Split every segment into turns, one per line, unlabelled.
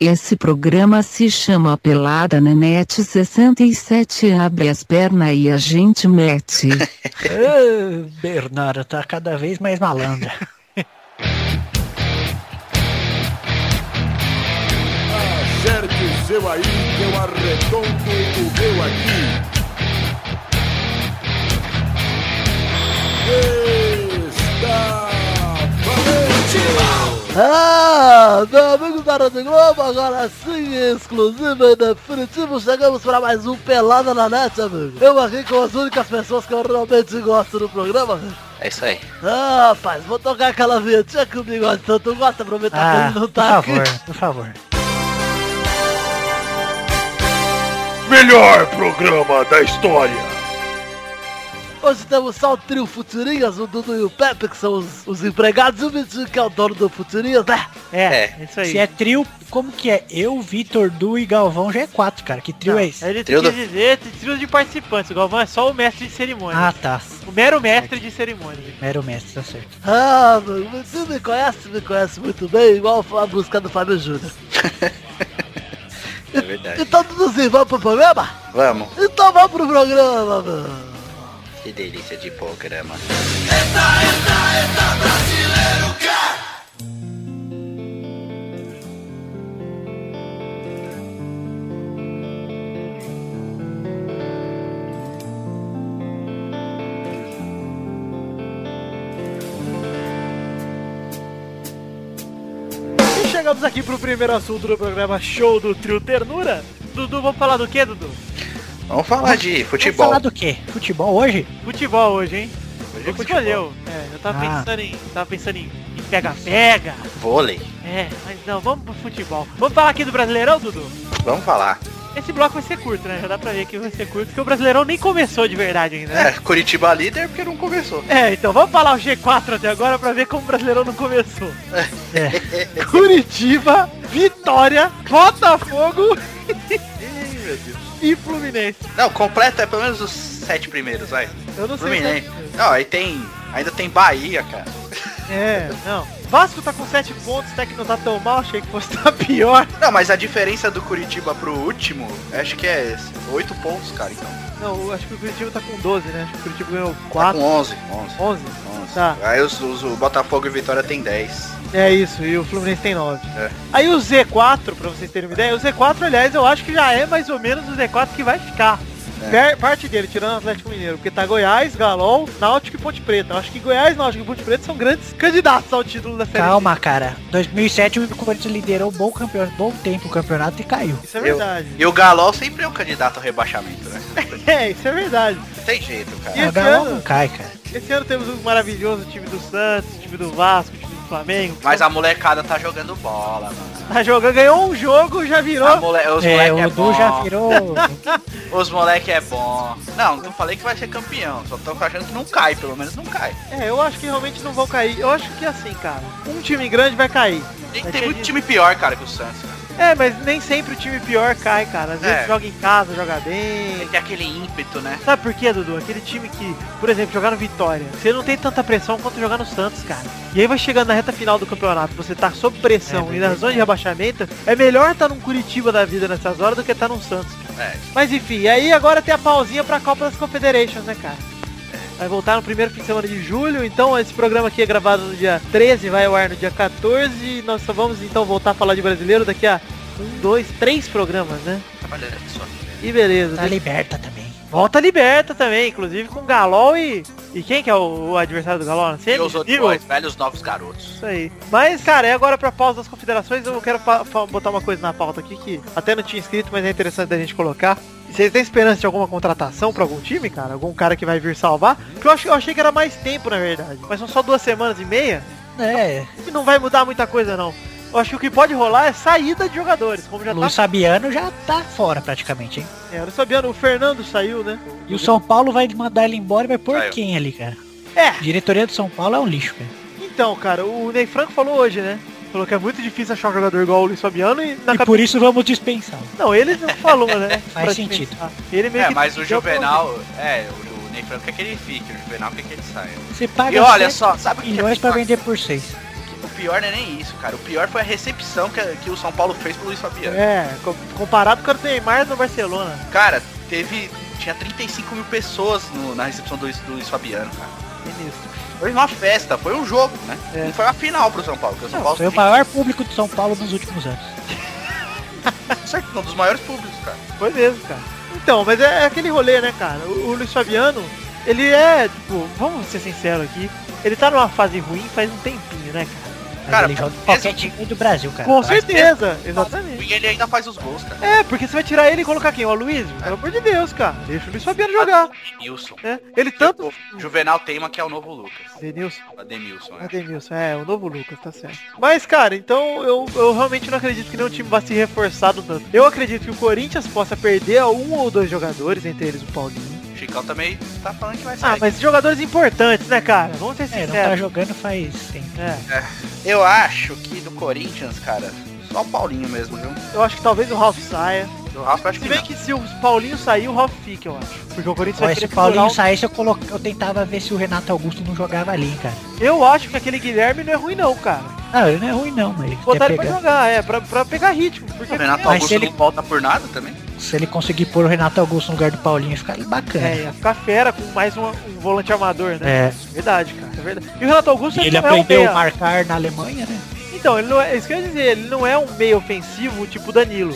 Esse programa se chama Pelada na Net 67 abre as pernas e a gente mete.
Ah, Bernardo tá cada vez mais malandra.
Acerte o seu aí, que eu arredondo o meu aqui. Está valente!
Ah, meu amigo da Rede Globo, agora sim, exclusivo e definitivo, chegamos para mais um Pelada na Net, amigo. Eu aqui com as únicas pessoas que eu realmente gosto do programa.
É isso aí.
Ah, rapaz, vou tocar aquela vinhetinha que o bigode tanto gosta, aproveitar que
Ah,
ele não
por
tá aqui.
favor, por favor.
Melhor programa da história!
Hoje temos só o trio Futurinhas, o Dudu e o Pepe, que são os, os empregados, e o Vitinho, que é o dono do Futurinhas, né?
É,
É.
é, isso aí. Se é trio, como que é? Eu, Vitor, Du e Galvão já é quatro, cara. Que
Tá,
trio é esse?
Ele
Trio
trio
da-
quis dizer tri- trio de participantes. O Galvão é só o mestre de cerimônia.
Ah, tá.
O mero mestre de cerimônia.
Mero mestre, tá certo.
Ah, meu, você me conhece, me conhece muito bem, igual a música do Fábio Júnior.
É verdade.
Então, Duduzinho, vamos pro programa?
Vamos.
Então vamos pro programa, mano.
Que delícia de programa.
E chegamos aqui pro primeiro assunto do programa Show do Trio Ternura. Dudu, vamos falar do que, Dudu?
Vamos falar de
Vamos
futebol.
falar do quê? Futebol hoje?
Futebol hoje, hein?
Hoje
Você
é futebol.
escolheu. É, eu tava
Ah.
pensando em. Tava pensando em em pega-pega.
Vôlei.
É, mas não, vamos pro futebol. Vamos falar aqui do Brasileirão, Dudu?
Vamos falar.
Esse bloco vai ser curto, né? Já dá pra ver que vai ser curto, porque o Brasileirão nem começou de verdade ainda, né?
É, Curitiba líder porque não começou.
É, então vamos falar o G4 até agora pra ver como o Brasileirão não começou.
É.
então, Curitiba, Vitória, Botafogo
Ih, meu Deus.
Tá e Fluminense.
Não, completa é pelo menos os sete primeiros, vai.
Eu não sei
Fluminense.
quantos-
Não, aí tem. Ainda tem Bahia, cara.
É, não. Vasco tá com 7 pontos, até que não tá tão mal, achei que fosse tá pior.
Não, mas a diferença do Curitiba pro último, acho que é esse. oito pontos, cara, então. Tá
Não, eu acho que o Curitiba tá com 12, né? Acho que o Curitiba ganhou
com
4,
11. 11.
11.
11.
Tá.
Aí os, os- o Botafogo e Vitória tem 10.
É isso, e o Fluminense tem 9.
É.
Aí o Z4, pra vocês terem uma ideia, o Z4, aliás, eu acho que já é mais ou menos o Z4 que vai ficar.
É.
Per- Parte dele, tirando o Atlético Mineiro, porque tá Goiás, Galol, Náutico e Ponte Preta. Eu acho que Goiás, Náutico e Ponte Preta são grandes candidatos ao título da Série
Calma, cara. 2007 o Corinthians liderou um bom, campeão, bom tempo o campeonato e caiu.
D. Isso é
Eu-
verdade.
E o Galol sempre é o candidato ao rebaixamento, né?
É, isso é verdade.
Não tem jeito, cara.
E
Ah,
esse
O Galão
ano?
não cai, cara.
Esse ano temos um maravilhoso time do Santos, time do Vasco, time do Flamengo.
Mas a molecada tá jogando bola, mano.
Tá jogando, ganhou um jogo, já
A
virou.
mole... Os
É,
moleque é
o
bom.
Du já virou.
Os moleque é bom. Não, não falei que vai ser campeão. Só tô achando que não cai, pelo menos não cai.
É, eu acho que realmente não vão cair. Eu acho que assim, cara, um time grande vai cair.
Tem,
É
tem
que
muito
a gente-
time pior, cara, que o Santos. Né?
É, mas nem sempre o time pior cai, cara. Às vezes
É.
joga em casa, joga
Tem
bem.
que ter aquele ímpeto, né?
Sabe por quê, Dudu? Aquele time que, por exemplo, jogar no Vitória, você não tem tanta pressão quanto jogar no Santos, cara. E aí vai chegando na reta final do campeonato, você tá sob pressão
É
e nas zonas de rebaixamento, é melhor estar num Curitiba da vida nessas horas do que estar num Santos.
É.
Mas enfim, e aí agora tem a pausinha pra Copa das Confederations, né, cara? Vai voltar no primeiro fim de semana de julho, então esse programa aqui é gravado no dia 13, vai ao ar no dia 14, e nós só vamos então voltar a falar de brasileiro daqui a um, dois, três programas, né?
Olha tá só.
E beleza.
Tá
daqui-
liberta também.
Volta liberta também, inclusive com Galol e. E quem que é o, o adversário do Galol? Não sei.
E os outros
Eagles.
boys, velhos novos garotos.
Isso aí. Mas, cara, é agora pra pausa das confederações, eu quero pa- pa- botar uma coisa na pauta aqui que até não tinha escrito, mas é interessante da gente colocar. Vocês têm esperança de alguma contratação pra algum time, cara? Algum cara que vai vir salvar? Que eu, ach- eu achei que era mais tempo, na verdade. Mas são só duas semanas e meia.
É,
E não vai mudar muita coisa, não. Eu acho que o que pode rolar é saída de jogadores, como já
Luiz
tá.
Fabiano já tá fora praticamente, hein?
É, eu não sabia, o Fernando saiu, né?
E o São Paulo vai mandar ele embora, mas por
Saiu.
quem ali, cara?
É,
Diretoria do São Paulo é um lixo, cara.
Então, cara, o Ney Franco falou hoje, né? Falou que é muito difícil achar um jogador igual o Luiz Fabiano e na
E
cabeça.
por isso vamos dispensá-lo.
Não, ele não falou, né?
Faz
Pra
sentido.
dispensar. Ele meio
É,
que
mas o
deu
Juvenal, é, o, o Ney Franco quer que ele fique, o Juvenal quer que ele saia.
Você paga
E olha
sete
só, sabe o que é
milhões pra
pior?
vender por seis.
O pior não é nem isso, cara. O pior foi a recepção que, que o São Paulo fez pro Luiz Fabiano.
É, co- comparado com o Neymar no Barcelona.
Cara, teve. Tinha 35 mil pessoas no- na recepção do, Luiz- do Luiz Fabiano, cara.
Sinistro.
Foi uma festa, foi um jogo, né?
É.
Não foi uma final pro São Paulo, porque o São Paulo
Foi o
tem-
maior público de São Paulo nos últimos anos.
certo, um dos maiores públicos, cara.
Foi mesmo, cara. Então, mas é, é aquele rolê, né, cara? O, o Luiz Fabiano, ele é, tipo, vamos ser sinceros aqui, ele tá numa fase ruim faz um tempinho, né, cara?
Mas
Cara,
ele joga em
esse
qualquer
time-
time do Brasil, cara.
Com
Mas
certeza, exatamente.
E ele ainda faz os gols, cara.
É, porque você vai tirar ele e colocar quem? O Aloysio? Pelo amor de Deus, cara. Deixa o Luiz Fabiano jogar,
Ademilson.
né? Ele tanto...
O Juvenal Teima, que é o novo Lucas.
Denilson.
Ademilson, né?
Ademilson, é, o novo Lucas, tá certo. Mas, cara, então eu, eu realmente não acredito que nenhum time vá se reforçar do tanto. Eu acredito que o Corinthians possa perder a um ou dois jogadores, entre eles o Paulinho.
O Chicão também tá falando que vai
Ah,
sair.
mas jogadores importantes, né, cara? Vamos ser
É, não tá
sinceros.
jogando faz tempo.
É,
Eu acho que do Corinthians, cara, só o Paulinho mesmo, viu?
tá-
eu acho que talvez o Ralf saia.
Do Rafa, eu acho
Tipo,
Se
que
bem
não.
que se o Paulinho sair, o Ralf fica, eu acho. Porque o Corinthians
Ó,
vai
se
querer
o Paulinho
segurar
saísse, eu, coloca... eu tentava ver se o Renato Augusto não jogava ali, cara.
um- Eu acho que aquele Guilherme não é ruim, não, cara.
Ah, ele não é ruim não, mas ele
Botar
quer
ele pra
pegar.
jogar, é, pra, pra pegar ritmo. Porque é
O Renato
Mas
Augusto
se ele-
não volta por nada também.
Se ele conseguir pôr o Renato Augusto no lugar do Paulinho, fica bacana.
É, ia ficar fera com mais um, um volante armador, né?
né? É.
Verdade, cara, é verdade. E o Renato Augusto
Ele
não é um
aprendeu
meia.
a marcar na Alemanha, né?
Então, ele não é, isso que eu ia dizer, ele não é um meio ofensivo tipo Danilo,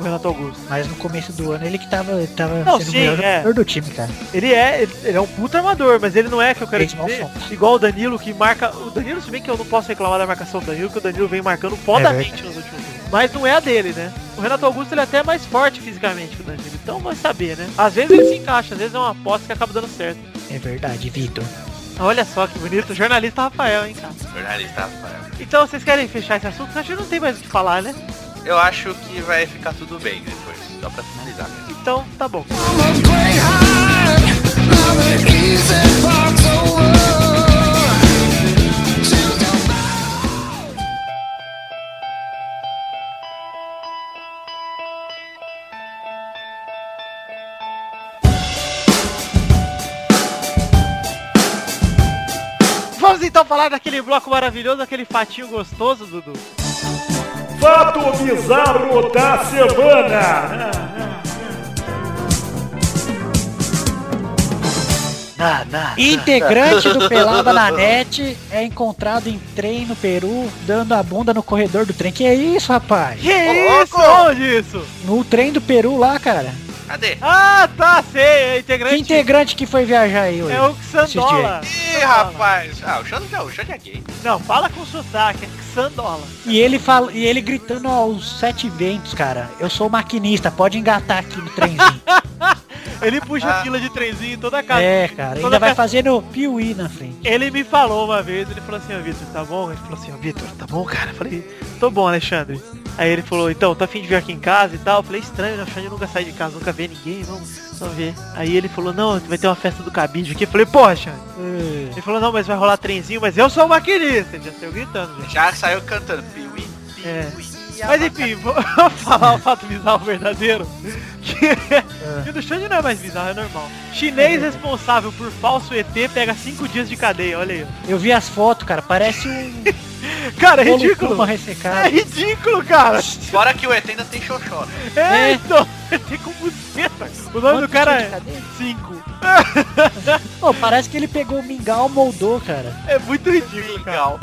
o Renato Augusto.
Mas no começo do ano ele que tava, tava
Não,
sendo
sim,
o melhor
é.
jogador do time, cara.
Ele é, ele, ele é um puta armador, mas ele não é que eu quero
Eles não
dizer,
são.
igual o Danilo que marca, o Danilo se bem que eu não posso reclamar da marcação do Danilo, que o Danilo vem marcando fodamente nos últimos jogos. Mas não é a dele, né? O Renato Augusto ele é até mais forte fisicamente que o Danilo, então vai saber, né? Às vezes ele se encaixa, às vezes é uma aposta que acaba dando certo.
É verdade, Vitor.
Olha só que bonito, jornalista Rafael, hein, cara.
Jornalista Rafael.
Então vocês querem fechar esse assunto? Acho que não tem mais o que falar, né?
Eu acho que vai ficar tudo bem depois. Só pra finalizar mesmo.
Então, tá bom. Vamos então falar daquele bloco maravilhoso, daquele fatinho gostoso, Dudu.
Fato bizarro da semana.
Na, na.
Integrante do Pelada na Net é encontrado em trem no Peru, dando a bunda no corredor do trem. Que é isso, rapaz?
Que
Ô,
isso?
louco!
Onde isso?
No trem do Peru lá, cara.
Cadê?
Ah, tá, sei, é
Que
integrante.
integrante que foi viajar aí hoje?
É o Xandola.
Ih, rapaz! Ah, o Xande já, o Xande é gay.
Não, fala com sotaque, é Xandola.
E ele fala, e ele gritando aos sete ventos, cara. Eu sou maquinista, pode engatar aqui no trenzinho.
Ele puxa fila de trenzinho em toda a casa.
é, cara. Ainda vai fazendo piuí na frente.
Ele me falou uma vez, ele falou assim, ó Vitor, tá bom? Ele falou assim, ó Vitor, tá bom, cara? Eu falei, tô bom, Alexandre. Aí ele falou, então, tá afim de vir aqui em casa e tal? Eu falei, estranho, né? O Alexandre nunca sai de casa, nunca vê ninguém, vamos, vamos ver. Aí ele falou, não, vai ter uma festa do cabide aqui. Eu falei, pô, Alexandre.
É.
Ele falou, não, mas vai rolar trenzinho, mas eu sou o maquinista. Ele já saiu gritando, gente.
Já saiu cantando. Piuí, piuí.
É.
a
Mas enfim, vamos falar o fato bizarro verdadeiro. Que
É.
que o do Xande não é mais bizarro, é normal. Chinês responsável por falso ET pega 5 dias de cadeia, olha aí.
Eu vi as fotos, cara. Parece um
Cara, é
bolo
ridículo.
pluma
É
ressecado.
ridículo, cara.
Fora que o ET ainda tem xoxó. né?
É,
É.
então. Tem com buceta. O nome do
Quanto
cara
tinha de
é
cadeia?
5.
Pô, parece que ele pegou o mingau, moldou, cara.
É muito ridículo, cara.
Legal.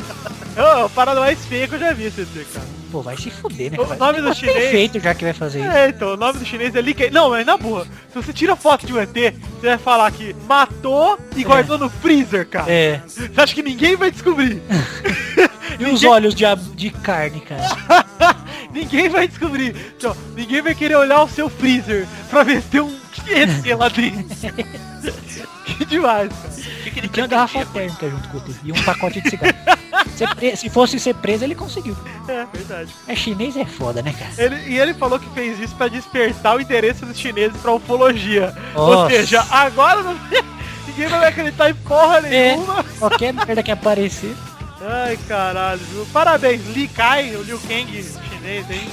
É a parada mais feia que eu já vi esse ET, cara.
Pô, vai se fuder, né?
O
cara?
nome do
Mas tem
chinês-
feito já que vai fazer isso.
É, então, o nome do chinês é Likei. Não, mas na boa, se você tira foto de um ET, você vai falar que matou e guardou no freezer, cara.
É.
Você acha que ninguém vai descobrir?
E os olhos de, ab- de carne, cara.
ninguém vai descobrir. Então, ninguém vai querer olhar o seu freezer pra ver se tem um ET lá dentro. que demais, cara.
O que, que
E
ele
tinha uma garrafa térmica junto com o teu. E um pacote de cigarro. Se, pre- se fosse ser preso, ele conseguiu.
É, verdade.
É chinês, é foda, né, cara?
Ele- e ele falou que fez isso pra despertar o interesse dos chineses pra ufologia. Ou
Nossa.
seja, agora não- ninguém vai acreditar em porra nenhuma.
Qualquer merda que aparecer.
Ai, caralho, viu? Parabéns, Li Kai, o Liu Kang chinês, hein?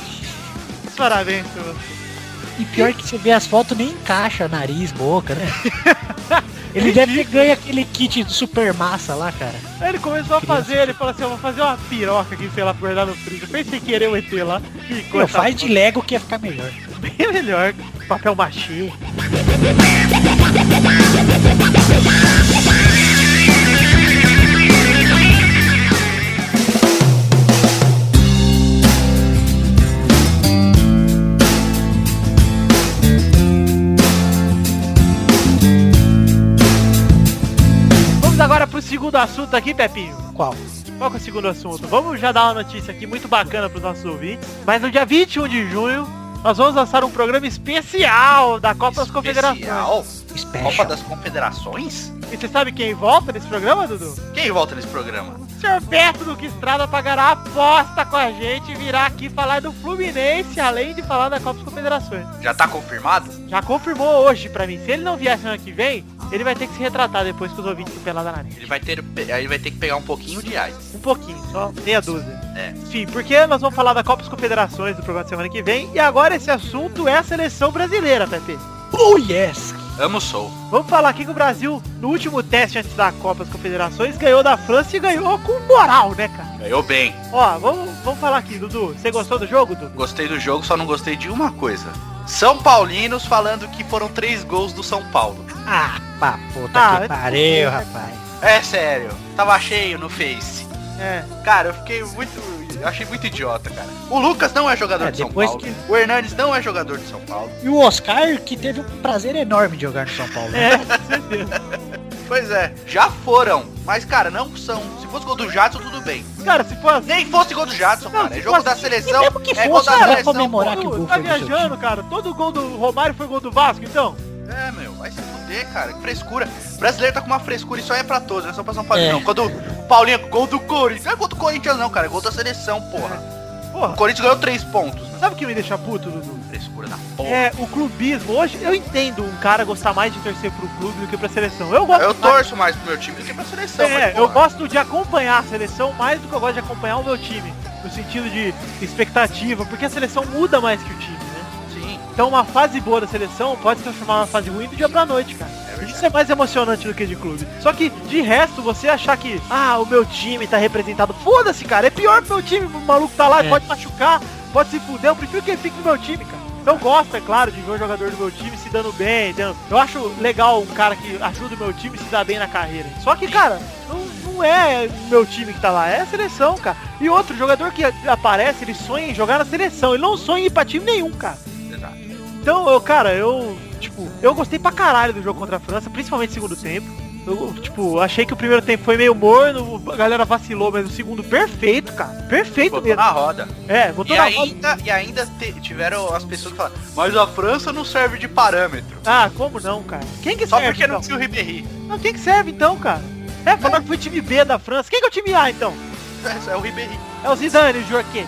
Parabéns pra você.
E pior que você vê as fotos, nem encaixa nariz, boca, né? Ele deve ter ganho aquele kit de super massa lá, cara.
Aí ele começou a fazer, ele falou assim, eu vou fazer uma piroca aqui, sei lá, pra guardar no freezer. Fez sem querer o ET lá. Ficou
Meu,
essa
faz de Lego que ia ficar melhor.
bem melhor. Papel machê. Vamos agora pro segundo assunto aqui, Pepinho.
Qual?
Qual que é o segundo assunto? Vamos já dar uma notícia aqui muito bacana para os nossos ouvintes. Mas no dia 21 de junho, nós vamos lançar um programa especial da Copa das Confederações.
Especial? Copa
Special.
das Confederações?
E você sabe quem volta nesse programa, Dudu?
Quem volta nesse programa?
O senhor Beto Duque Estrada pagará a aposta com a gente e virá aqui falar do Fluminense, além de falar da Copa das Confederações.
Já tá confirmado?
Já confirmou hoje pra mim. Se ele não vier semana que vem, ele vai ter que se retratar depois que os ouvintes do Pelada na Net.
Ele vai ter, pe- ele vai ter que pegar um pouquinho de AIDS.
Um pouquinho, só meia dúzia.
É.
Enfim, porque nós vamos falar da Copa das Confederações do programa de semana que vem. E agora esse assunto é a seleção brasileira, Pepe.
Oh, yes!
Amo Soul.
Vamos falar aqui que o Brasil, no último teste antes da Copa das Confederações, ganhou da França e ganhou com moral, né, cara?
Ganhou bem.
Ó, vamos, vamos falar aqui, Dudu. Você gostou do jogo, Dudu?
Gostei do jogo, só não gostei de uma coisa. São Paulinos falando que foram três gols do São Paulo.
Ah, pá, puta
Ah,
que
eu-
pariu, rapaz.
É sério, tava cheio no Face.
É.
Cara, eu fiquei muito. Eu achei muito idiota, cara. O Lucas não é jogador
É,
de São
depois
Paulo.
que-
O Hernandes não é jogador de São Paulo.
E o Oscar, que teve um prazer enorme de jogar no São Paulo. né?
É, com certeza.
Pois é, já foram. Mas, cara, não são. Se fosse gol do Jadson, tudo bem.
Cara, se for assim,
Nem fosse gol do Jadson,
Não,
cara. É
se
jogo
fosse-
da
E
seleção.
mesmo que
é
fosse,
gol da
vai
seleção.
comemorar que o
Dudu,
gol
tá
foi do seu
viajando, cara. Todo gol do Romário foi gol do Vasco, então.
É, meu, vai se fuder, cara. Que frescura. O brasileiro tá com uma frescura e só é pra todos, não é só pra São Paulo,
É.
não. Quando o Paulinho é gol do Corinthians. Não é gol do Corinthians, não, cara. É gol da seleção, porra. O
Porra,
Corinthians ganhou três pontos, né?
sabe o que me deixa puto, Dudu?
Frescura da porra.
É, o clubismo. Hoje eu entendo um cara gostar mais de torcer pro clube do que pra seleção. Eu gosto
Eu
mais-
torço mais pro meu time do que pra seleção.
É,
mas,
eu
porra,
gosto de acompanhar a seleção mais do que eu gosto de acompanhar o meu time. No sentido de expectativa, porque a seleção muda mais que o time, né?
Sim,
Então uma fase boa da seleção pode se transformar numa fase ruim do dia pra noite, cara.
é verdade.
Isso é mais emocionante do que de clube. Só que, de resto, você achar que, ah, o meu time tá representado. Foda-se, cara. É pior que o meu time. O maluco tá lá e
É.
pode machucar, pode se fuder. Eu prefiro que ele fique no meu time, cara. Então gosto, é claro, de ver um jogador do meu time se dando bem. dando- Eu acho legal um cara que ajuda o meu time se dar bem na carreira. Só que, cara, não, não é o meu time que tá lá, é a seleção, cara. E outro jogador que aparece, ele sonha em jogar na seleção. Ele não sonha em ir pra time nenhum, cara.
Exato.
Então, eu, cara, eu, tipo, eu gostei pra caralho do jogo contra a França, principalmente no segundo tempo. Eu, tipo, achei que o primeiro tempo foi meio morno, a galera vacilou, mas o segundo perfeito, cara. Perfeito
Botou
mesmo.
na roda.
É, botou
E
na roda.
ainda, e ainda te- tiveram as pessoas que falaram, mas a França não serve de parâmetro.
Ah, como não, cara? Quem que
Só
serve,
porque não
então?
tinha o Ribéry.
Não, quem que serve, então, cara? É, falaram que foi o time B da França. Quem que é o time A, então?
É, é o Ribéry.
É o Zidane, o Jorquet.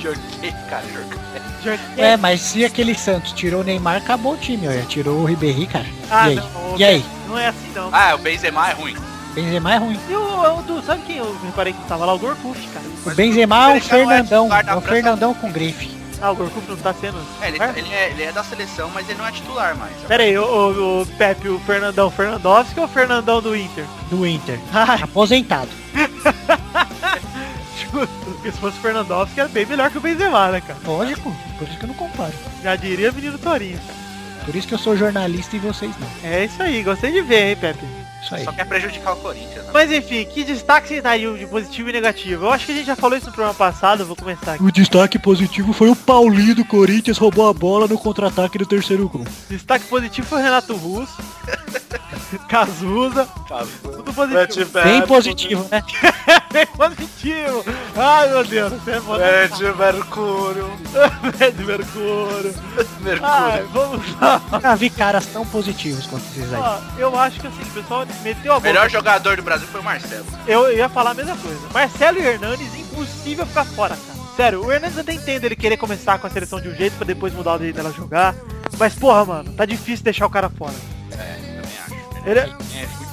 Joguei, cara, joguei.
Jorquet.
É, mas se aquele Santos tirou o Neymar, acabou o time, olha. Tirou o Ribéry, cara.
Ah,
e aí?
não.
E aí?
Não é assim, não.
Ah, o Benzema é ruim.
Benzema é ruim.
E o, o do, sabe quem eu reparei que tava lá? O Gorkuf, cara.
O
Mas
Benzema é um
ele já não é
Fernandão.
titular da
É um
França.
Fernandão com grife.
Ah, o Gorkuf não tá sendo...
É, ele,
É?
ele é, ele é da seleção, mas ele não é titular mais.
Pera aí, o, o, o Pepe, o Fernandão Fernandowski ou o Fernandão do Inter?
Do Inter.
Ah,
Aposentado.
justo. Porque se fosse o Fernandowski era bem melhor que o Benzema, né, cara?
Lógico, por isso que eu não comparo.
Já diria menino Torinho.
Por isso que eu sou jornalista e vocês não.
É isso aí, gostei de ver, hein, Pepe?
Isso
É.
aí.
Só quer prejudicar o Corinthians, né?
Mas enfim, que destaque vocês dariam de positivo e negativo? Eu acho que a gente já falou isso no programa passado, eu vou começar aqui.
O destaque positivo foi o Paulinho do Corinthians roubou a bola no contra-ataque do terceiro gol.
Destaque positivo foi o Renato Russo. Cazuza. Tudo positivo.
Bem positivo, né?
Bem positivo. Ai, meu Deus, você é foda.
Mercúrio.
É de mercúrio. Ah, é Ai,
Mercúrio.
vamos lá.
Já vi caras tão positivos quanto esses aí.
Ó, Eu acho que assim, o pessoal meteu a
O
boca.
melhor jogador do Brasil foi o Marcelo.
Eu, eu ia falar a mesma coisa. Marcelo e Hernandes, impossível ficar fora, cara. Sério, o Hernandes eu até entendo ele querer começar com a seleção de um jeito pra depois mudar o jeito dela jogar. Mas porra, mano, tá difícil deixar o cara fora.
Também acho.
Ele,
É, muito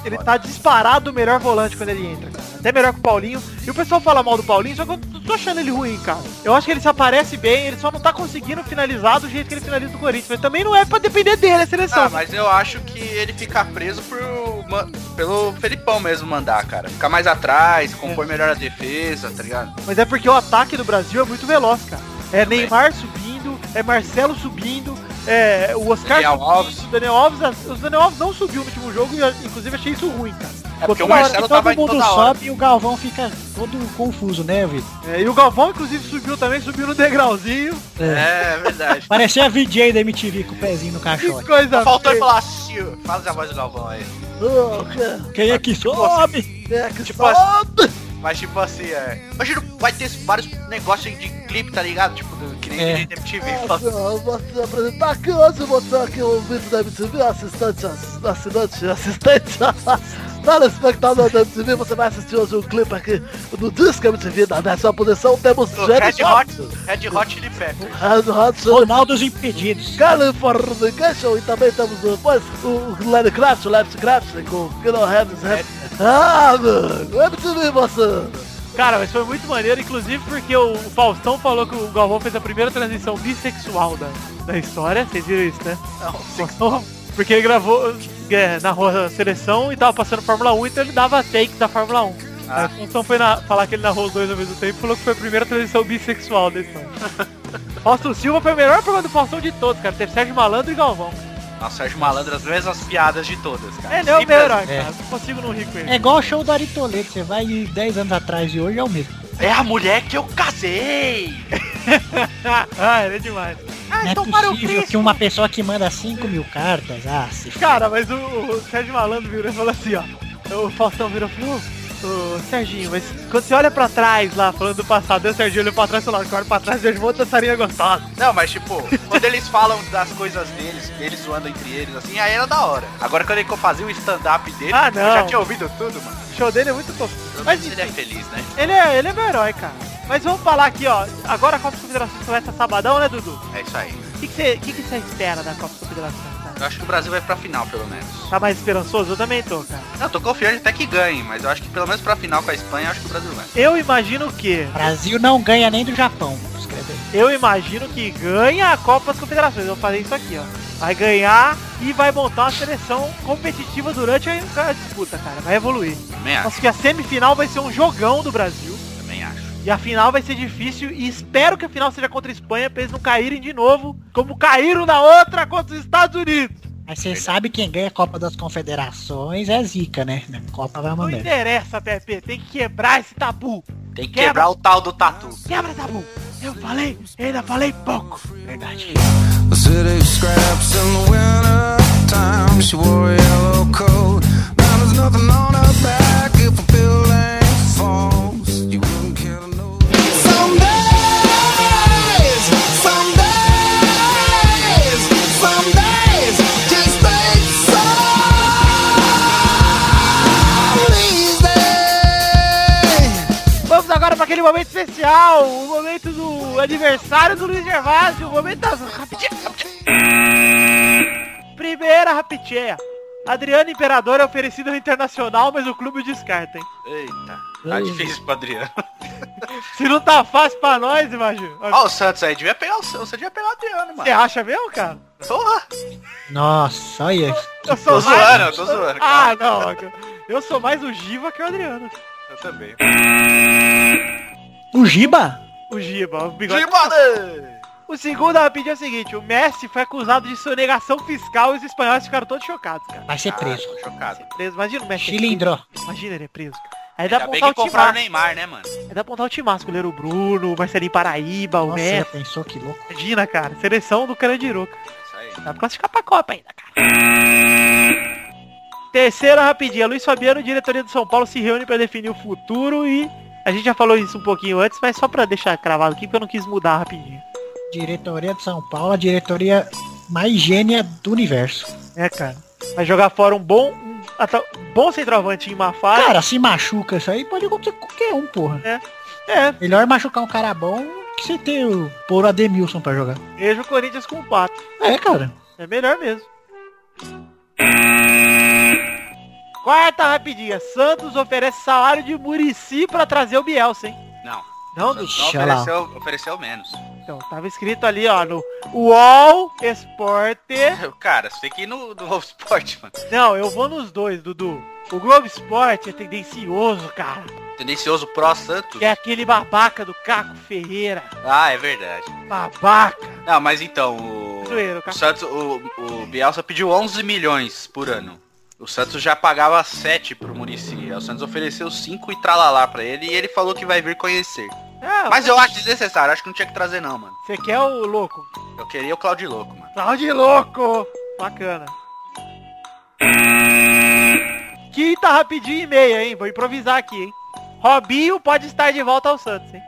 ele
foda.
tá disparado o melhor volante quando ele entra, cara. até melhor que o Paulinho. E o pessoal fala mal do Paulinho, só que eu não tô achando ele ruim, cara. Eu acho que ele se aparece bem, ele só não tá conseguindo finalizar do jeito que ele finaliza do Corinthians. Mas também não é pra depender dele a seleção.
Ah, mas eu acho que ele fica preso pro, ma- pelo Felipão mesmo mandar, cara. Ficar mais atrás,
É.
compor melhor a defesa, tá ligado?
Mas é porque o ataque do Brasil é muito veloz, cara. É Neymar subindo, é Marcelo subindo, é o Oscar
Daniel
subindo,
Alves.
o Daniel Alves. as- Os Daniel Alves não subiu no último jogo e eu, inclusive achei isso ruim, cara.
É porque o
Toda hora
Marcelo
que todo
tava indo
mundo
toda hora.
sobe e o Galvão fica todo confuso, né, Vitor?
É, e o Galvão, inclusive, subiu também, subiu no degrauzinho.
É, é verdade.
Parecia a VJ da MTV com o pezinho no
Tá
Que
caixote.
coisa
Só faltou ele
feia.
falar assim, ó, faz a voz do Galvão aí.
Não, quer-
Quem é que sobe?
quer que
Tipo assim.
sobe?
Mas tipo assim, é. Imagina, vai ter vários negócios de clipe, tá ligado? Tipo, do, que nem
É.
de MTV.
Ah, Eu vou te apresentar aqui hoje, vou mostrar aqui o vídeo da MTV, assistente, ass- assinante, assistente, telespectador da MTV, você vai assistir hoje um clipe aqui do Disco MTV, na décima posição temos
Do
Jenny
Red Hot,
Hot,
Red Hot Chili Peppers.
Red Hot Chili
Ronaldos impedidos.
Californication e também temos depois o Lenny Kravitz, o Lenny Kravitz com o Kino Harris. né?
É.
Ah, mano, MTV, moçada.
Cara, mas foi muito maneiro, inclusive porque o o Faustão falou que o Galvão fez a primeira transição bissexual da, da história. Vocês viram isso, né?
É
Não,
um
Faustão, Porque ele gravou é, na rua seleção e tava passando Fórmula 1, então ele dava take da Fórmula 1.
Ah.
Aí o Faustão foi na- falar que ele narrou os dois ao mesmo tempo e falou que foi a primeira transição bissexual da história. Fausto Silva foi o melhor programa do Faustão de todos, cara. Teve Sérgio Malandro e Galvão.
Nossa, Sérgio Malandro, as mesmas piadas de todas, cara.
Ele é o
Sempre
meu herói,
as-
cara. Não consigo não rir com ele.
É igual o show do Ari Toledo, você vai 10 anos atrás e hoje é o mesmo.
É a mulher que eu casei!
ah, ele é demais.
Ah,
Não é
então para o
possível
príncipe!
que uma pessoa que manda 5 mil cartas, ah, se f...
Cara, mas o, o Sérgio Malandro virou e falou assim, ó. O Faustão virou e falou, ô ô, Serginho, mas quando você olha pra trás lá, falando do passado, eu, Serginho, olhou pra trás e falou, olha pra trás, vejo uma dançarina gostosa.
Não, mas tipo, quando eles falam das coisas deles, eles zoando entre eles, assim, aí era da hora. Agora quando ele fazia o stand-up dele,
Ah,
eu já
não.
tinha ouvido tudo, mano.
O show dele é muito tosco.
Eu não
Mas
sei se ele é
enfim,
feliz, né?
ele é, ele é meu herói, cara. Mas vamos falar aqui, ó. Agora a Copa das Confederações começa sabadão, né, Dudu?
É isso aí.
O que você que que você espera da Copa das Confederações, cara?
Eu acho que o Brasil vai pra final, pelo menos.
Tá mais esperançoso? Eu também tô, cara.
Não, tô confiante até que ganhe, mas eu acho que pelo menos pra final com a Espanha, eu acho que o Brasil vai.
Eu imagino que...
Brasil não ganha nem do Japão. Escreve aí.
Eu imagino que ganha a Copa das Confederações. Eu vou fazer isso aqui, ó. Vai ganhar e vai montar uma seleção competitiva durante a a disputa, cara. Vai evoluir.
Também acho,
Acho que a semifinal vai ser um jogão do Brasil.
também acho.
E a final vai ser difícil. E espero que a final seja contra a Espanha, pra eles não caírem de novo, como caíram na outra contra os Estados Unidos.
Mas você sabe quem ganha a Copa das Confederações é Zica, né? A Copa vai
Não
uma
é.
merda.
interessa, Pepe. Tem que quebrar esse tabu.
Tem que
Quebra.
quebrar o tal do tatu.
Quebra tabu. Eu falei, ainda falei pouco.
Verdade.
The city scraps in the winter time. She wore a yellow coat. Now there's nothing on her back. If a building falls, you wouldn't care to know. Some days, some days, some days just ain't so. Easy.
Vamos agora para aquele momento especial, o momento do aniversário do Luiz Gervásio, o momento das rapidinhas. Primeira rapidinha. Adriano Imperador é oferecido ao Internacional, mas o clube descarta, hein?
Eita, tá
Hum.
difícil pro Adriano.
Se não tá fácil pra nós, imagina.
Ó, o Santos aí, devia pegar o Santos, devia pegar o Adriano,
Você
mano.
acha mesmo, cara?
Porra!
Nossa, olha.
Eu
Tô
mais-
zoando, eu tô zoando.
Ah,
calma.
não. Eu sou mais o Giva que o Adriano.
Eu também.
O Giba?
O Giba, o bigode.
Gibada!
O segundo rapidinho é o seguinte, o Messi foi acusado de sonegação fiscal e os espanhóis ficaram todos chocados, cara.
Vai ser preso.
Ah, tô chocado.
Preso, imagina o Messi.
Chilindró.
Imagina ele é preso. cara. Aí dá pra
Ainda bem
apontar
que
o
compraram o
timaço.
Neymar, né, mano?
Aí dá pra apontar o timaço. Goleiro Bruno, Marcelinho Paraíba, o
Nossa, já
Messi.
pensou que louco.
Imagina, cara. Seleção do Carandiru. cara.
Isso aí.
Dá pra classificar pra Copa ainda, cara. Terceira rapidinha. Luiz Fabiano, diretoria do São Paulo, se reúne pra definir o futuro e... A gente já falou isso um pouquinho antes, mas só pra deixar cravado aqui, porque eu não quis mudar rapidinho.
Diretoria de São Paulo, a diretoria mais gênia do universo.
É, cara. Vai jogar fora um bom... Um, ata- bom centroavante em uma fase.
Cara, se machuca isso aí, pode acontecer com qualquer um, porra.
É,
Melhor machucar um cara bom que você ter o pôr o Ademilson pra jogar.
É, vejo o Corinthians com quatro.
É, cara.
É melhor mesmo. Quarta rapidinha. Santos oferece salário de Murici pra trazer o Bielsa, hein?
Não.
Não,
Não
do
ofereceu, ofereceu menos.
Então, tava escrito ali, ó, no UOL Esporte.
Cara, você tem que ir no, no Love Sport, mano.
Não, eu vou nos dois, Dudu. O Globo Esporte é tendencioso, cara.
Tendencioso pró Santos.
Que é aquele babaca do Caco Ferreira.
Ah, é verdade.
Babaca.
Não, mas então, o,
Zoeiro, cara.
o Santos, o, o Bielsa pediu 11 milhões por ano. O Santos já pagava 7 pro Murici. O Santos ofereceu 5 e tralalá pra ele e ele falou que vai vir conhecer.
É,
Mas eu acho desnecessário, acho que não tinha que trazer não, mano.
Você quer o louco?
Eu queria o Claudio Louco, mano.
Round louco! Bacana. Quinta rapidinho e meia, hein? Vou improvisar aqui, hein? Robinho pode estar de volta ao Santos, hein?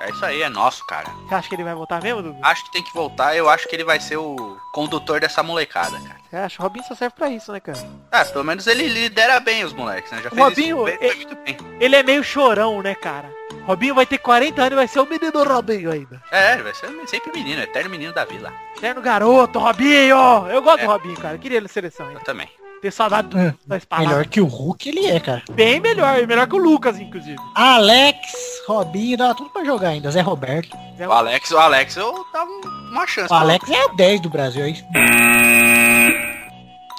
É isso aí, é nosso, cara.
Você acha que ele vai voltar mesmo, Dudu?
Ah.
Acho que tem que voltar, eu acho que ele vai ser o condutor dessa molecada, cara.
Você acha? O Robinho só serve pra isso, né, cara?
Ah, pelo menos ele lidera bem os moleques, né? Já fez
Robinho,
isso bem, foi
ele-
muito bem.
Ele é meio chorão, né, cara? Robinho vai ter 40 anos e vai ser o menino Robinho ainda.
É, ele vai ser sempre menino, eterno menino da vila.
Terno garoto, Robinho! Eu gosto
É.
do Robinho, cara. Eu queria ele na seleção, hein?
Eu também.
Tenho saudade do, da espada.
É, Melhor que o Hulk ele é, cara.
Bem melhor, melhor que o Lucas, inclusive.
Alex, Robinho, dá tudo pra jogar ainda. Zé Roberto.
É um-
O Alex, o Alex, eu dava um- uma chance.
O Alex é 10 do Brasil, aí.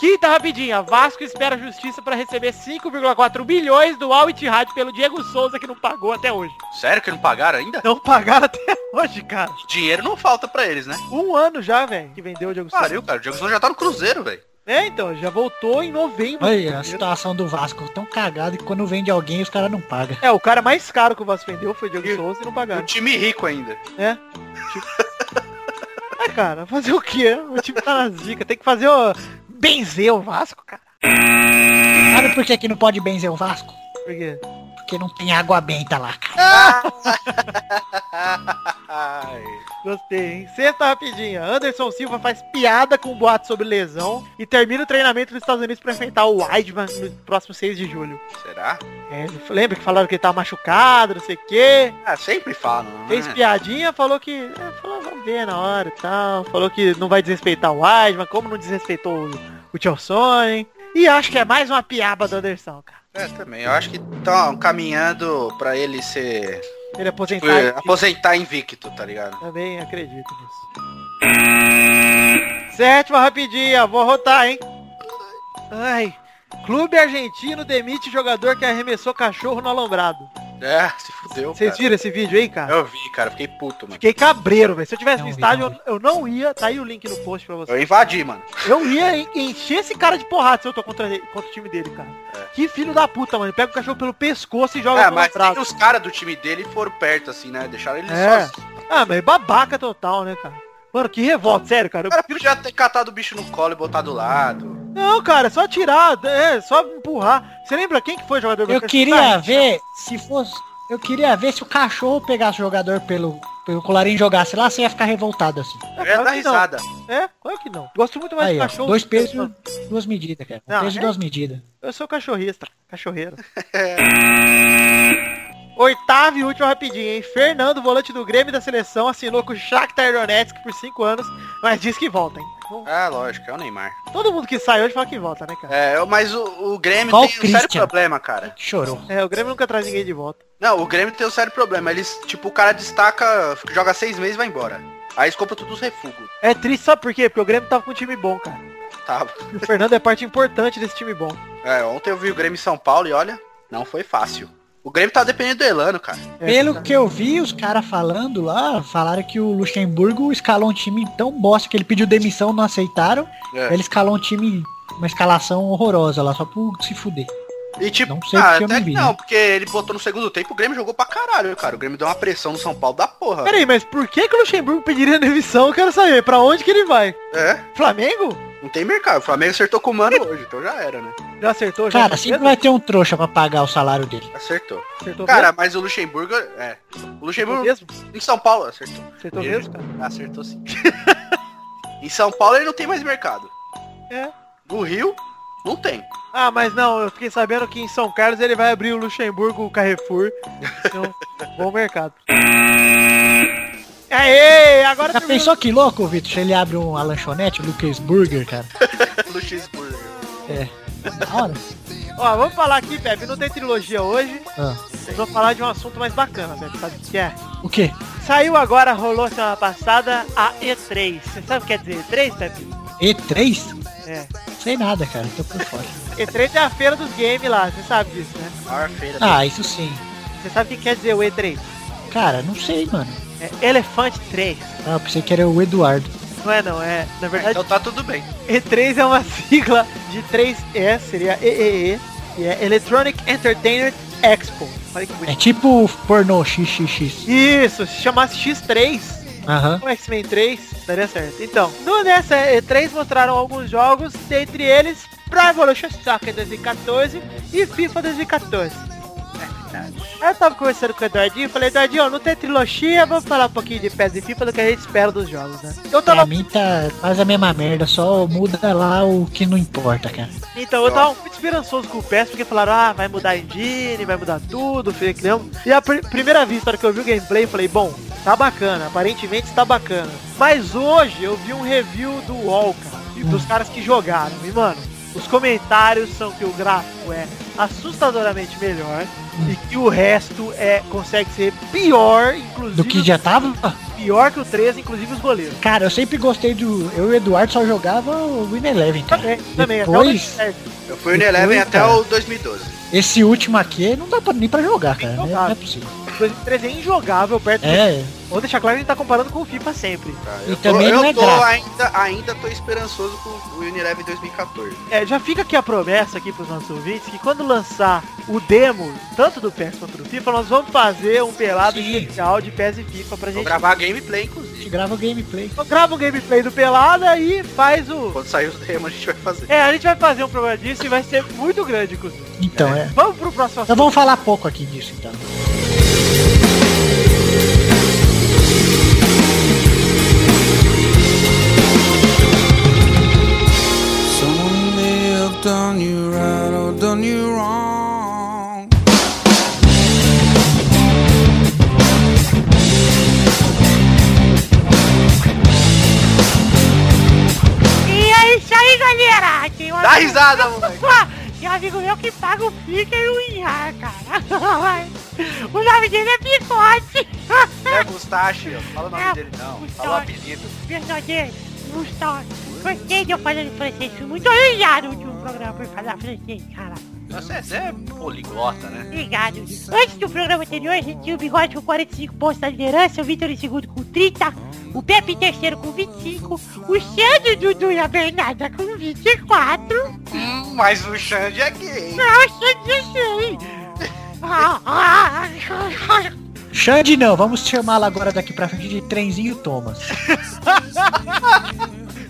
Quinta rapidinha. Vasco espera a justiça para receber 5,4 bilhões do Al Ittihad pelo Diego Souza que não pagou até hoje.
Sério que não pagaram ainda?
Não pagaram até hoje, cara.
Dinheiro não falta pra eles, né?
Um ano já, velho, que vendeu o Diego Souza.
Pariu, cara. O Diego Souza já tá no Cruzeiro, velho.
É, então, já voltou em novembro.
Olha a situação do Vasco. Tão cagado que quando vende alguém, os caras não pagam.
É, o cara mais caro que o Vasco vendeu foi o Diego
E-
Souza e não
E Um
pagaram.
time rico ainda.
É, cara, fazer o quê? O time tá na zica. Tem que fazer o... Benzer o Vasco, cara.
Sabe por que, que não pode benzer o Vasco?
Por quê?
Porque não tem água benta lá, cara.
Ai.
Gostei, hein? Sexta rapidinha. Anderson Silva faz piada com boato sobre lesão e termina o treinamento nos Estados Unidos pra enfrentar o Weidman no próximo 6 de julho.
Será?
É, lembra que falaram que ele tava machucado, não sei o quê.
Ah, sempre falam.
Fez
Né?
piadinha, falou que. É, falou, vamos ver na hora e tal. Falou que não vai desrespeitar o Asma, como não desrespeitou o, o Tchelson. E acho que é mais uma piaba do Anderson, cara.
É, também. Eu acho que estão caminhando pra ele ser.
Ele aposentar.
Foi,
e-
aposentar invicto, tá ligado?
Também acredito nisso. Sétima rapidinha, vou rotar, hein? Ai. Clube argentino demite jogador que arremessou cachorro no alombrado.
É, se fudeu.
Vocês
cara.
viram esse vídeo aí, cara?
Eu vi, cara. Fiquei puto, mano.
Fiquei cabreiro, velho. Se eu tivesse
Não
no
vi,
estádio,
não vi.
eu, eu não ia. Tá aí o link no post pra você.
Eu invadi, mano.
Eu ia en- encher esse cara de porrada se eu tô contra, ele- contra o time dele, cara. Que filho da puta, mano. Ele Pega o cachorro pelo pescoço e joga
É,
no
mas
braço.
tem os caras do time dele foram perto, assim, né? Deixaram ele
É.
sozinho.
Ah, mas é babaca total, né, cara? Mano, que revolta, sério, cara.
O cara podia ter catado o bicho no colo e botado do lado.
Não, cara, é só tirar, é, só empurrar. Você lembra quem que foi o jogador do
Eu
Manchester
queria
United?
ver se fosse. Eu queria ver se o cachorro pegasse o jogador pelo, pelo colarinho e jogasse lá, você ia ficar revoltado assim.
Eu ia
claro que
dar
não.
risada.
É, claro que não. Gosto muito mais
Aí,
do
ó,
cachorro.
dois
do que do
pesos,
Anderson.
duas medidas, cara. Um
Não,
peso e
é-
duas medidas.
Eu sou cachorrista, cachorreiro. Oitavo e último rapidinho, hein? Fernando, volante do Grêmio e da seleção, assinou com o Shakhtar Donetsk por 5 anos, mas diz que volta, hein? Bom,
Ah, lógico, é o Neymar.
Todo mundo que sai hoje fala que volta, né, cara?
É, eu- mas o, o Grêmio
Qual
tem um
Christian?
sério problema, cara.
Chorou.
É, o Grêmio nunca traz ninguém de volta.
Não, o Grêmio tem um sério problema. Eles, tipo, o cara destaca, fica- joga seis meses e vai embora. Aí eles compram todos os refugos.
É triste, sabe por quê? Porque o Grêmio tava com um time bom, cara.
Tá.
E o Fernando é parte importante desse time bom.
É, ontem eu vi o Grêmio em São Paulo e olha, não foi fácil. O Grêmio tá dependendo do Elano, cara.
É,
Pelo
cara.
que eu vi, os caras falando lá, falaram que o Luxemburgo escalou um time tão bosta que ele pediu demissão, não aceitaram.
É.
Ele escalou um time, uma escalação horrorosa lá, só por se fuder.
E tipo,
Não sei
ah,
porque eu
até
não
que
vi,
não,
né?
porque ele botou no segundo tempo, o Grêmio jogou pra caralho, cara. O Grêmio deu uma pressão no São Paulo da porra.
Peraí, mas por que, que o Luxemburgo pediria demissão? Eu quero saber, pra onde que ele vai?
É,
Flamengo?
não tem mercado. O Flamengo acertou com o Mano hoje, então já era, né?
Já acertou? Já tá
Cara, sempre vai ter um trouxa pra pagar o salário dele.
Acertou.
acertou
Cara, mas o Luxemburgo, é. O
mesmo?
Luxemburgo
Mesmo?
em São Paulo acertou.
Acertou
Ele-
mesmo, cara?
Acertou sim. em São Paulo ele não tem mais mercado.
É.
No Rio, não tem.
Ah, mas não, eu fiquei sabendo que em São Carlos ele vai abrir o Luxemburgo o Carrefour. Então, bom mercado. Aê, agora
Já
terminou-
pensou que louco, Vitor? Se ele abre uma lanchonete, o Lucas Burger, cara.
Luxemburgo.
Da É. hora.
Ó, vamos falar aqui, Pepe, não tem trilogia hoje.
Ah.
Nós Vamos falar de um assunto mais bacana, Pepe, sabe o que é?
O quê?
Saiu agora, rolou semana passada, a E3. Você sabe o que quer dizer E3, Pepe?
E3?
É.
Sei nada, cara. Tô por fora.
E3 é a feira dos games lá, você sabe disso, né?
Maior feira.
Ah, isso sim.
Você sabe o que quer dizer o E3?
Cara, não sei, mano.
É Elefante 3.
Ah, eu pensei que era o Eduardo.
Não é não, é. Na verdade,
Então tá tudo bem.
E3 é uma sigla de 3E, seria EEE, que é Electronic Entertainment Expo. Olha que
É
bonito.
tipo pornô XXX.
Isso, se chamasse X3,
Aham.
o Um X-Men 3, daria certo. Então, no nessa E3 mostraram alguns jogos, dentre eles Pro Evolution Soccer 2014 e FIFA 2014. Aí eu tava conversando com o Eduardinho e falei, Eduardinho, não tem trilogia, vamos falar um pouquinho de PES e FIFA do que a gente espera dos jogos, né? Eu
Pra
tava
mim tá quase a mesma merda, só muda lá o que não importa, cara.
Então, eu tava muito esperançoso com o PES, porque falaram, ah, vai mudar a engine, vai mudar tudo, fake não. E a pr- primeira vista, na hora que eu vi o gameplay, eu falei, bom, tá bacana, aparentemente tá bacana. Mas hoje eu vi um review do UOL, cara, e dos caras que jogaram. E, mano, os comentários são que o gráfico é assustadoramente melhor e que o resto é consegue ser pior, inclusive
Do que já tava?
pior que o 13, inclusive os goleiros.
Cara, eu sempre gostei do. Eu e o Eduardo só jogava o Win Eleven, cara.
Também, também, até o
Depois-
17.
Eu fui no Eleven
Ui,
até
cara.
o 2012.
Esse último aqui não dá pra, É. nem pra jogar, cara. Não é, não é
Injogável.
possível.
2013 é injogável perto do
É,
Vou deixar claro que a gente tá comparando com o FIFA sempre.
Tá?
E também
eu
não é
tô
gráfico.
ainda, ainda tô esperançoso com o Unilever 2014.
É, já fica aqui a promessa aqui pros nossos ouvintes que quando lançar o demo, tanto do PES quanto do FIFA, nós vamos fazer um pelado
Sim.
especial de PES e FIFA pra
Vou
gente.
gravar gameplay,
a
inclusive.
gente grava o gameplay.
Então Grava o gameplay do Pelada e faz o.
Quando sair os temas, a gente vai fazer.
É, a gente vai fazer um programa disso e vai ser muito grande, inclusive.
Então, é.
Vamos pro próximo
Então vamos falar pouco aqui disso, então.
Someone may have done you right or done you wrong.
E é isso aí, galera! Tem um
Dá risada, moleque.
Tem um amigo meu que paga o pica e o Inhar, cara. o nome dele é Bigode.
Não é Mustache, ó. fala o nome
É,
dele não.
Mustache.
Fala o apelido.
Verdadeiro, Gustavo, gostei de eu falando francês, fui muito obrigado de um programa por falar francês, cara.
Você, você é poliglota, né?
Obrigado. Antes do programa anterior, a gente tinha o Bigode com 45 pontos na liderança, o Vitor em segundo com 30, o Pepe em terceiro com 25, o Xande, Dudu e a Bernarda com 24.
Hum, mas o Xande é gay.
Ah, o Xande, eu sei. Ah, ah, ah.
Xande não, vamos chamá-la agora daqui pra frente de Trenzinho Thomas.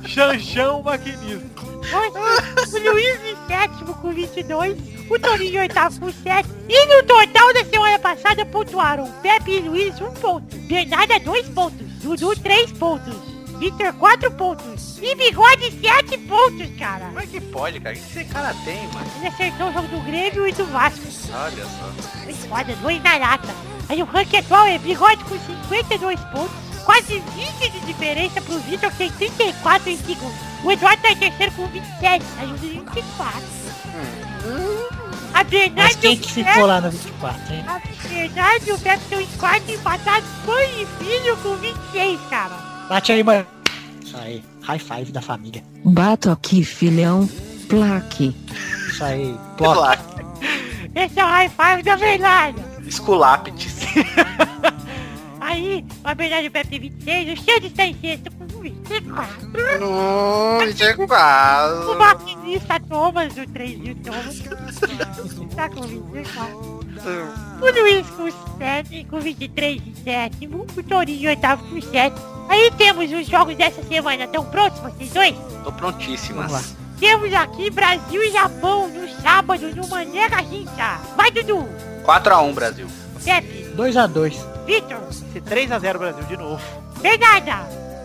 Xanxão Maquinista. O Luiz em sétimo com 22, o Torinho em oitavo com 7. E no total da semana passada pontuaram Pepe e Luiz 1 um ponto, Bernarda 2 pontos, Dudu 3 pontos, Vitor 4 pontos e Bigode 7 pontos, cara.
Como é que pode, cara? O que esse cara tem, mano?
Ele acertou o jogo do Grêmio e do Vasco.
Olha só.
Foi Foda, dois na lata. é Aí o ranking atual é Bigode com 52 pontos, quase 20 de diferença pro Vitor que tem 34 em segundo. O Eduardo tá em terceiro com 27, aí o 24. A
Mas
Bernardo e
quem
o
que
Pepe-
ficou lá no 24, hein?
A Bernardo e o um Pepe estão em quarto empatados, mãe e filho com 26, cara.
Bate aí, mano. Isso aí. High five da família.
Bato aqui, filhão. Plaque.
Isso aí. Bloco.
Placa.
Esse é o high five da Bernardo.
Esculapite.
Aí, a Bernardo e o Pepe tem 26, o Xande está em sexto com 24.
Não, chega
O
quase.
maquinista Thomas do 3 de Thomas tá com 24. O Luiz com 7, com 23 em sétimo. O Torinho em oitavo com 7. Aí temos os jogos dessa semana. Estão prontos vocês dois?
Tô prontíssima.
Vamos
Temos aqui Brasil e Japão no sábado no Manega Rincha. Vai Dudu,
4x1, Brasil.
Pepe,
2x2.
Vitor, 3x0 Brasil de novo. Bernarda,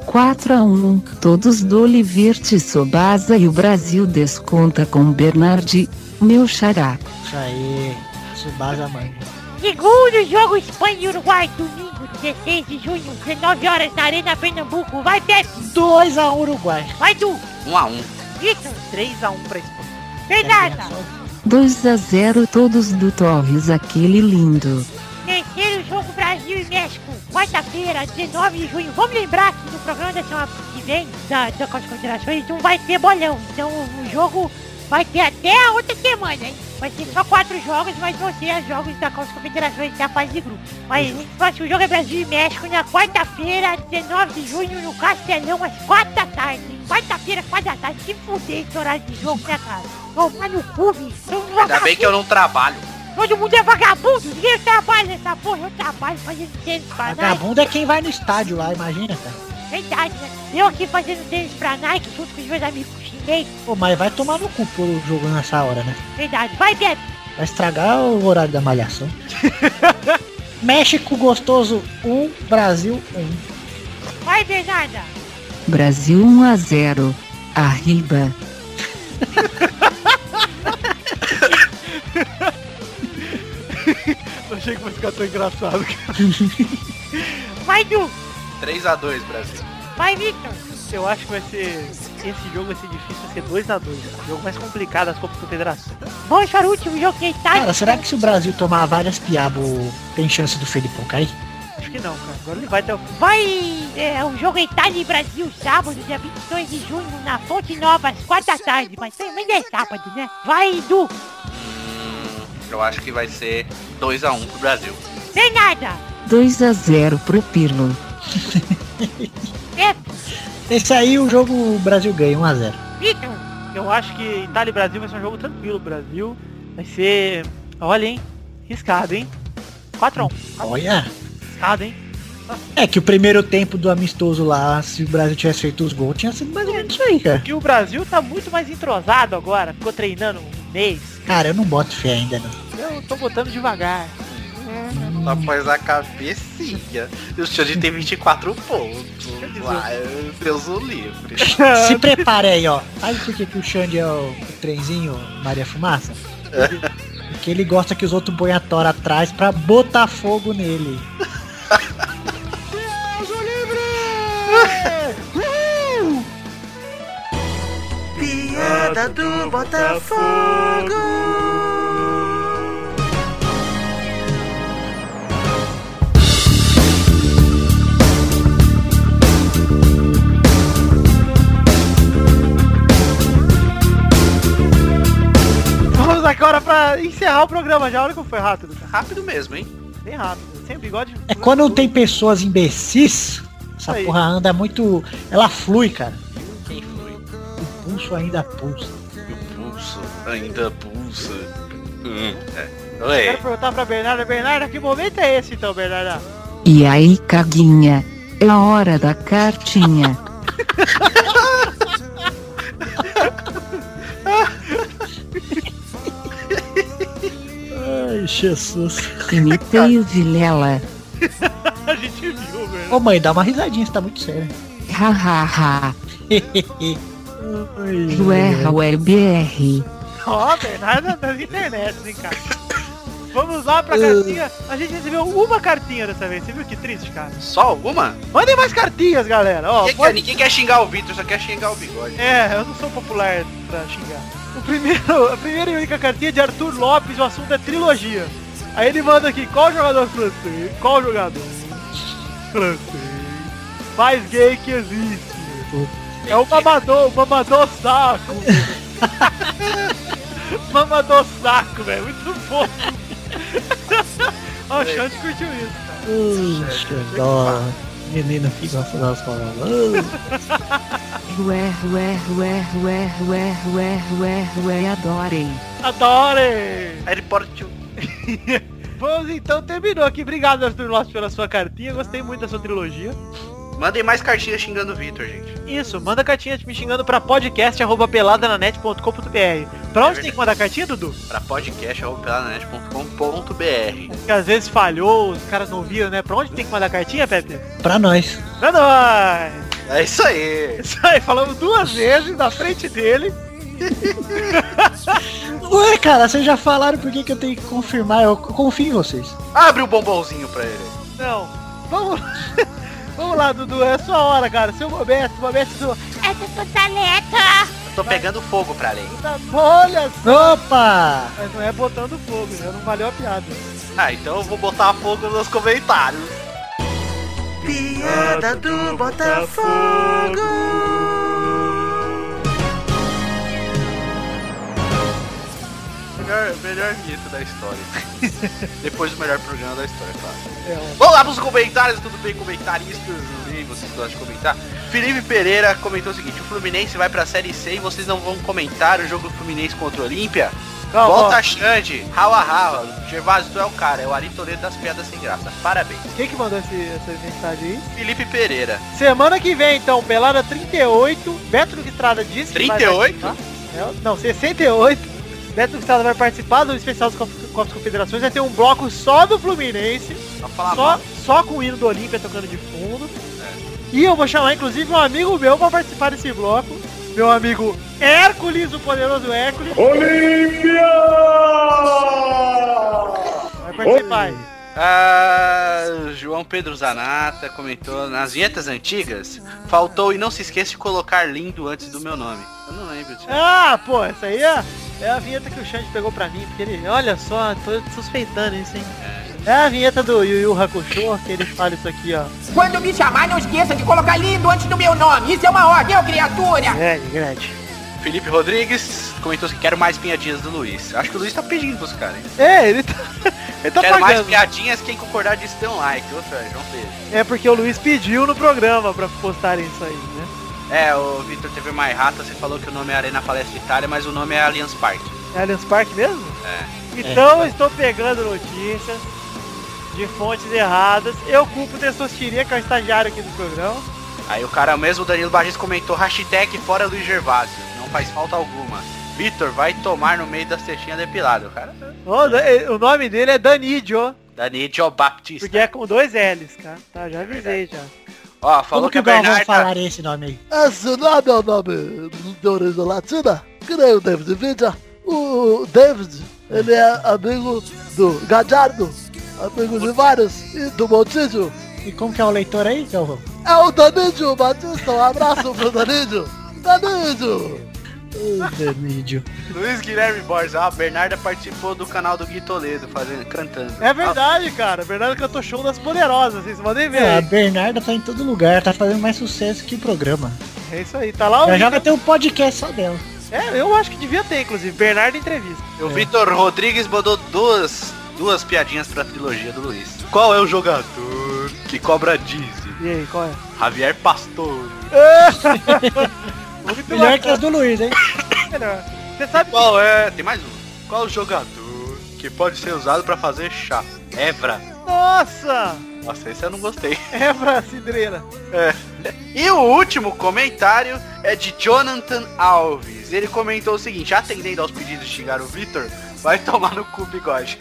4 a 1. Todos do Olivirte Sobasa e o Brasil desconta com Bernardi. Meu xará.
Isso aí. Subasa, mano.
segundo jogo Espanha e Uruguai, domingo 16 de junho, 19 horas na Arena Pernambuco. Vai Pepe,
2x1 Uruguai.
vai Du.
1x1.
Vitor, 3x1 pra Espanha. Bernarda,
2 a 0 todos do Torres, aquele lindo.
Terceiro jogo Brasil e México, quarta-feira, 19 de junho. Vamos lembrar que no programa da semana que vem, da, da Copa de Confederações, não vai ter bolão. Então o jogo vai ter até a outra semana, hein? Vai ter só quatro jogos, mas vão ser os jogos da Copa de Confederações da fase de grupo. Mas o próximo jogo é Brasil e México na quarta-feira, 19 de junho, no Castelão, às 4 da tarde. Quarta-feira, 4 da tarde. Se fuder esse horário de jogo, né, cara? Tomar no clube.
Ainda bem que eu não trabalho.
Todo mundo é vagabundo, ninguém trabalha nessa porra, eu trabalho fazendo tênis pra Nike.
Vagabundo é quem vai no estádio lá, imagina, cara.
Verdade, né? Eu aqui fazendo tênis pra Nike junto com os meus amigos chinês.
Pô, mas vai tomar no cu pelo jogo nessa hora, né?
Verdade. Vai, Bebe.
Vai estragar o horário da malhação. México gostoso 1, Brasil 1.
Vai, Bernarda.
Brasil 1 a 0. Arriba.
Não achei que vai ficar tão engraçado.
Vai, Du.
3x2, Brasil.
Vai, Victor.
Eu acho que vai ser. Esse jogo vai ser difícil, vai ser 2x2. O jogo mais complicado das Copas Confederações.
Vamos para o último jogo que é Itália.
Cara, será que se o Brasil tomar várias piabo, tem chance do Felipão cair?
Acho que não, cara. Agora ele vai até o fim.
Vai é, o jogo Itália e Brasil sábado, dia 22 de junho, na Fonte Nova, às 4 da tarde. Mas também é sábado, né? Vai, Du.
Eu acho que vai ser 2x1 pro Brasil.
Bernarda.
2 a 0 pro Pirlo.
Bebe.
Esse aí o jogo o Brasil ganha 1 a 0.
Victor.
Eu acho que Itália e Brasil vai ser um jogo tranquilo. Brasil vai ser. Olha, hein? Riscado, hein? 4x1.
Olha,
Riscado, hein?
é que o primeiro tempo do amistoso lá, se o Brasil tivesse feito os gols, tinha sido mais ou menos isso aí, cara.
E o Brasil tá muito mais entrosado agora. Ficou treinando um mês.
Cara, eu não boto fé ainda não.
Eu tô botando devagar.
Rapaz, a cabecinha. E o Xande tem 24 pontos. Lá, Deus o livre.
Se prepare aí, ó. Sabe por que, que o Xande é o, o trenzinho Maria Fumaça? Porque ele gosta que os outros põem a tora atrás pra botar fogo nele.
Piada do Botafogo.
Vamos agora pra encerrar o programa já. Olha como foi rápido, cara.
Rápido mesmo, hein?
Bem rápido. Sem bigode.
É quando tem pessoas imbecis, essa
Aí.
porra anda muito. Ela flui, cara.
Quem foi?
O pulso ainda pulsa.
O pulso ainda pulsa. Hum, é.
Quero
Oi.
perguntar pra Bernarda. Bernarda, que momento é esse então, Bernarda?
E aí, caguinha? É a hora da cartinha.
Ai, Jesus.
Imitei o Vilela.
A gente viu, velho.
Ô mãe, dá uma risadinha, você tá muito sério.
Hahaha.
Ai,
Ué, ué, BR.
Ó, Bernarda das internet, hein, cara. Vamos lá pra cartinha. A gente recebeu uma cartinha dessa vez. Você viu que triste, cara?
Só alguma?
Mandem mais cartinhas, galera. Ó,
Ninguém quer-
pode-
ninguém quer xingar o Vitor, só quer xingar o bigode.
É, eu não sou popular pra xingar. O primeiro, a primeira e única cartinha é de Arthur Lopes, o assunto é trilogia. Aí ele manda aqui, qual jogador francês? Qual jogador francês mais gay que existe? É o mamador, o mamador saco. mamador saco, velho, muito bom. Ó, o Xande curtiu isso.
Puxa, dó. Menino que gosta das palavras.
Ué, ué, ué, ué, ué, ué, ué, ué, adorem.
Adorem!
Aí ele pode te-
Vamos então, terminou aqui. Obrigado, Arthur Lopes, pela sua cartinha. Gostei muito da sua trilogia.
Mandem mais cartinhas xingando o Vitor, gente.
Isso, manda cartinha me xingando pra podcast.peladananet.com.br Pra onde tem que mandar cartinha, Dudu?
Pra podcast.com.br
Que às vezes falhou, os caras não viram, né? Pra onde tem que mandar cartinha, Pepe?
Pra nós.
Pra nós!
É isso aí.
Isso aí, falamos duas vezes na frente dele.
Ué, cara, vocês já falaram por que, que eu tenho que confirmar. Eu confio em vocês.
Abre o bombonzinho pra ele.
Não, vamos Vamos lá, Dudu, é sua hora, cara. Seu momento, momento seu...
Essa é sua taleta.
tô pegando fogo pra lei.
Olha,
Opa!
mas não é botando fogo, né? Não valeu a piada.
Ah, então eu vou botar fogo nos comentários.
Piada do Botafogo.
Melhor, melhor vinheta da história. Depois do melhor programa da história, claro.
É,
Vamos lá pros comentários, tudo bem, comentaristas? E vocês gostam de comentar? Felipe Pereira comentou o seguinte: o Fluminense vai pra Série C e vocês não vão comentar o jogo do Fluminense contra o Olímpia?
Calma,
Volta a Xande, rawa rawa, Gervásio, tu é o cara, é o Ari Toledo das piadas sem graça. Parabéns.
Quem que mandou esse, essa mensagem aí?
Felipe Pereira,
Semana que vem, então, pelada 38. Beto Duque Estrada disse que vai
38?
participar. É, Não, 68. Beto Duque Estrada vai participar do especial dos Copas Copas Confederações. Vai ter um bloco só do Fluminense.
só falar
só,
mal.
só com o hino do Olímpia tocando de fundo. E eu vou chamar inclusive um amigo meu pra participar desse bloco. Meu amigo Hércules, o poderoso Hércules,
Olímpia!
vai participar.
Ah, João Pedro Zanata comentou nas vinhetas antigas, faltou e não se esqueça de colocar lindo antes do meu nome. Eu não lembro disso.
Ah, pô, essa aí é, é a vinheta que o Xande pegou pra mim, porque ele, olha só, tô suspeitando isso, hein? É a vinheta do Yu Yu Hakusho, que ele fala isso aqui, ó.
Quando me chamar, não esqueça de colocar lindo antes do meu nome. Isso é uma ordem, ô criatura.
Grande, grande.
Felipe Rodrigues comentou que quero mais piadinhas do Luiz. Acho que o Luiz tá pedindo pros caras, hein?
É, ele tá, ele tá
quero mais
pagando.
piadinhas, quem concordar disso tem um like. Ô, Fred, João Pedro.
É porque o Luiz pediu no programa pra postarem isso aí, né?
É, o Vitor TV Mais Rata, você falou que o nome é Arena Palestra Itália, mas o nome é Allianz Parque.
É Allianz Parque mesmo? É. Então eu estou pegando notícias de fontes erradas. Eu culpo o Testostirinha, que é o estagiário aqui do programa.
Aí o cara mesmo, o Danilo Barris, comentou hashtag fora Luiz Gervásio. Não faz falta alguma. Vitor, vai tomar no meio das textinhas depilado. O cara
O da- eh, O nome dele é Danidio,
Dani Joe Baptista.
porque é com dois L's, cara. Tá, já avisei já.
Ó,
Como
falou que
que
a
o Galvão
Bernarda.
falar esse nome aí?
Esse nome é o nome de origem latina, que nem o David Villa. O David, ele é amigo do Gajardo, amigo de vários, e do Montijo.
E como que é o leitor aí, Galvão?
É o Danídio Batista, um abraço pro Danídio. Danídio!
Luiz Guilherme Borges. Ah, a Bernarda participou do canal do Gui Toledo, fazendo, cantando.
É verdade, cara. Bernardo cantou show das poderosas, vocês podem ver.
É, a
aí.
Bernarda tá em todo lugar, tá fazendo mais sucesso que o programa.
É isso aí, tá lá o.
Já já vai ter um podcast só dela.
É, eu acho que devia ter, inclusive. Bernardo entrevista.
O Vitor Rodrigues mandou duas, duas piadinhas pra trilogia do Luiz. Qual é o jogador que cobra dízimo?
E aí, qual é?
Javier Pastor.
Muito
Melhor
bacana,
que as do Luiz, hein?
melhor. Você sabe
Qual é? Tem mais um. Qual o jogador que pode ser usado pra fazer chá? Evra.
Nossa!
Nossa, esse eu não gostei.
É pra cidreira.
E o último comentário é de Jonathan Alves. Ele comentou o seguinte, atendendo aos pedidos de xingar o Vitor, vai tomar no cu bigode.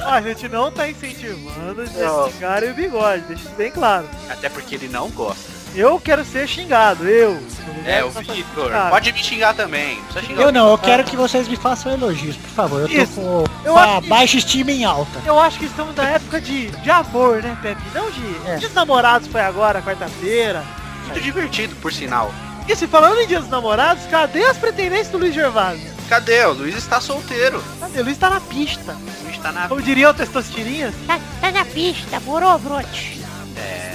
A gente não tá incentivando de
Não.
xingar o bigode, deixa isso bem claro.
Até porque ele não gosta.
Eu quero ser xingado, eu.
É, o Vitor.
Cara.
Pode me xingar também. Não precisa xingar é
Eu
o
não, eu quero que vocês me façam elogios, por favor. Eu tô
Isso.
com
Eu
a
acho que-
baixa estima em alta.
Eu acho que estamos na época de, de amor, né, Pepe? Não de...
É.
Dias dos namorados foi agora, quarta-feira.
Vitor. Muito divertido, por sinal.
E se falando em dias dos namorados, cadê as pretendentes do Luiz Gervásio?
Cadê? O Luiz está solteiro.
Cadê? O Luiz tá na pista.
O Luiz está na...
Como diriam o Testostirinhas,
Tá, tá na pista, morou, brote.
É.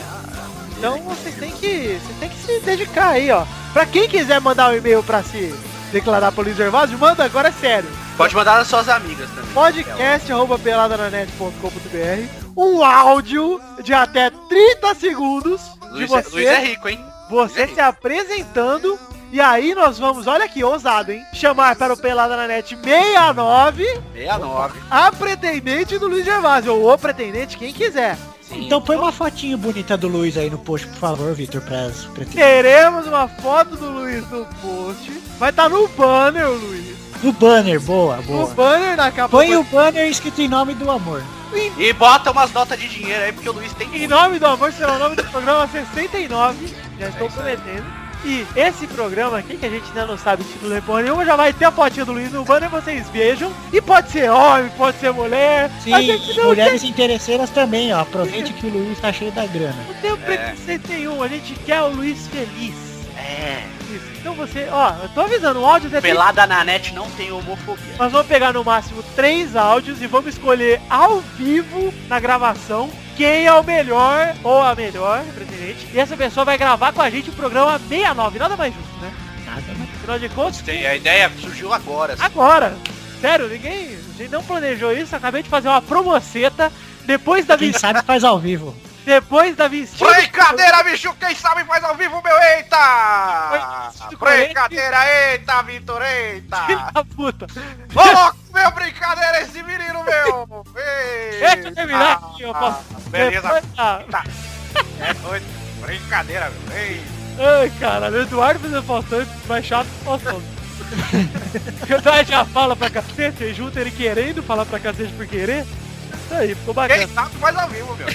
então vocês têm que. Vocês têm que se dedicar aí, ó. Pra quem quiser mandar um e-mail pra se declarar pro Luiz Gervásio, manda agora, é sério.
Pode mandar as suas amigas também.
podcast.peladananet.com.br um áudio de até 30 segundos de
Luiz, é, Luiz é
você,
rico, hein?
você se apresentando e aí nós vamos, olha que ousado, hein? Chamar para o Pelada na Net 69
69.
a pretendente do Luiz Gervásio, ou o pretendente, quem quiser.
Sim.
Então põe uma fotinho bonita do Luiz aí no post, por favor, Vitor, pras pretensões.
Teremos uma foto do Luiz no post, vai estar no banner, Luiz.
No banner, boa,
No
boa.
banner na capa.
Põe o banner escrito em nome do amor.
E bota umas notas de dinheiro aí, porque o Luiz tem...
Em
muito.
nome do amor será o nome do programa 69. Já estou
isso
prometendo. E esse programa aqui, que a gente ainda não sabe título de porra nenhuma, já vai ter a fotinha do Luiz no banner, vocês vejam. E pode ser homem, pode ser mulher.
Sim,
a gente não
mulheres interesseiras também, ó. Aproveite que o Luiz tá cheio da grana.
tem, não tem preconceito nenhum, a gente quer o Luiz feliz.
É.
Isso. Então você, ó, eu tô avisando, o áudio é
Pelada na net não tem homofobia.
Nós vamos pegar no máximo três áudios e vamos escolher ao vivo na gravação quem é o melhor ou a melhor representante. E essa pessoa vai gravar com a gente o programa 69, nada mais justo, né?
Nada, mas
Afinal de contas,
Tem, a ideia surgiu agora.
Ah,
assim.
agora. Sério, ninguém, a gente não planejou isso, acabei de fazer uma promoceta depois da
quem
vis-
sabe faz ao vivo.
depois da vestida.
Brincadeira, bicho, quem sabe faz ao vivo, meu eita!
Foi isso,
Brincadeira, eita, Vitor, eita!
Filho da puta.
Ô, louco, meu, brincadeira esse menino, meu!
Deixa eu terminar aqui, eu posso.
Ah, Beleza,
Depois tá. da-
é doido. Brincadeira, meu, ei!
Ai, caralho, o Eduardo fazendo Faustão é mais chato que o Faustão. o Eduardo já fala pra cacete, aí junta ele querendo falar pra cacete por querer. Isso aí, ficou
Quem
bacana.
sabe faz ao vivo, meu.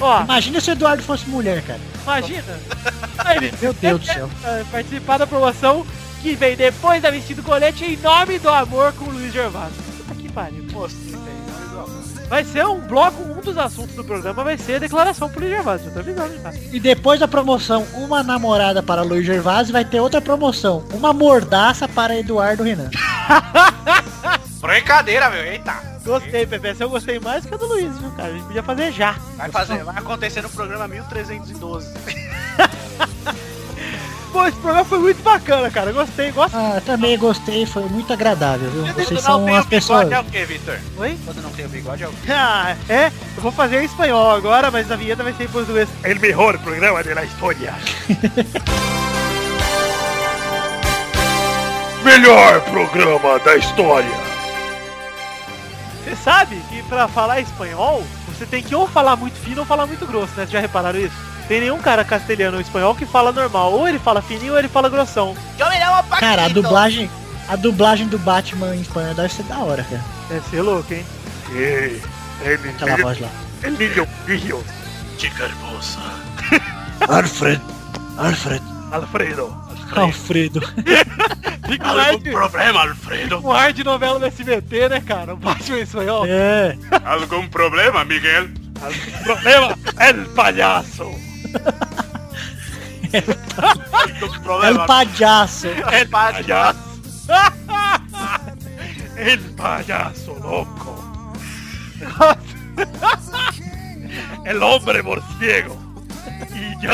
Ó,
Imagina se o Eduardo fosse mulher, cara.
imagina. Aí ele
Meu Deus do céu.
eh, participar da promoção que vem depois da vestido colete em nome do amor com o Luiz Gervásio. Puta que pariu.
Moço, tem,
Vai ser um bloco, um dos assuntos do programa vai ser a declaração pro Luiz Gervásio, eu tô avisando já.
E depois da promoção Uma Namorada para Luiz Gervásio, vai ter outra promoção. Uma Mordaça para Eduardo Renan.
Brincadeira, meu, eita!
Gostei, Pepe, essa eu gostei mais que a do Luiz, viu, cara? A gente podia fazer já.
Vai fazer, vai acontecer no programa 1312.
Pô, esse programa foi muito bacana, cara. Gostei, gosto.
Ah, também gostei, foi muito agradável, viu? Vocês são
tem
as
o
pessoas.
bigode é o quê, Vitor?
Oi?
Quando não tem o bigode é o quê?
Ah, é? Eu vou fazer em espanhol agora, mas a vinheta vai ser em português.
El mejor programa de la historia. Melhor programa da história.
Você sabe que pra falar espanhol, você tem que ou falar muito fino ou falar muito grosso, né? Vocês Já repararam isso? Tem nenhum cara castelhano ou espanhol que fala normal. Ou ele fala fininho ou ele fala grossão.
Yo me llamo Paquito.
Cara, a dublagem. A dublagem do Batman em espanhol deve ser da hora, cara.
Deve ser louco, hein?
Eh, el,
Aquela
el-
voz lá.
el niño pillo,
Chica hermosa.
Alfred. Alfred.
Alfredo.
Alfredo.
Fica um ar de,
problema, Alfredo?
um ar de novela do SBT, né, cara? O Batman em espanhol.
É.
Algum problema, Miguel?
Algún Problema, el payaso.
Algum
É
problema?
o palhaço.
El payaso. El payaso loco. El hombre borciego. Y yo,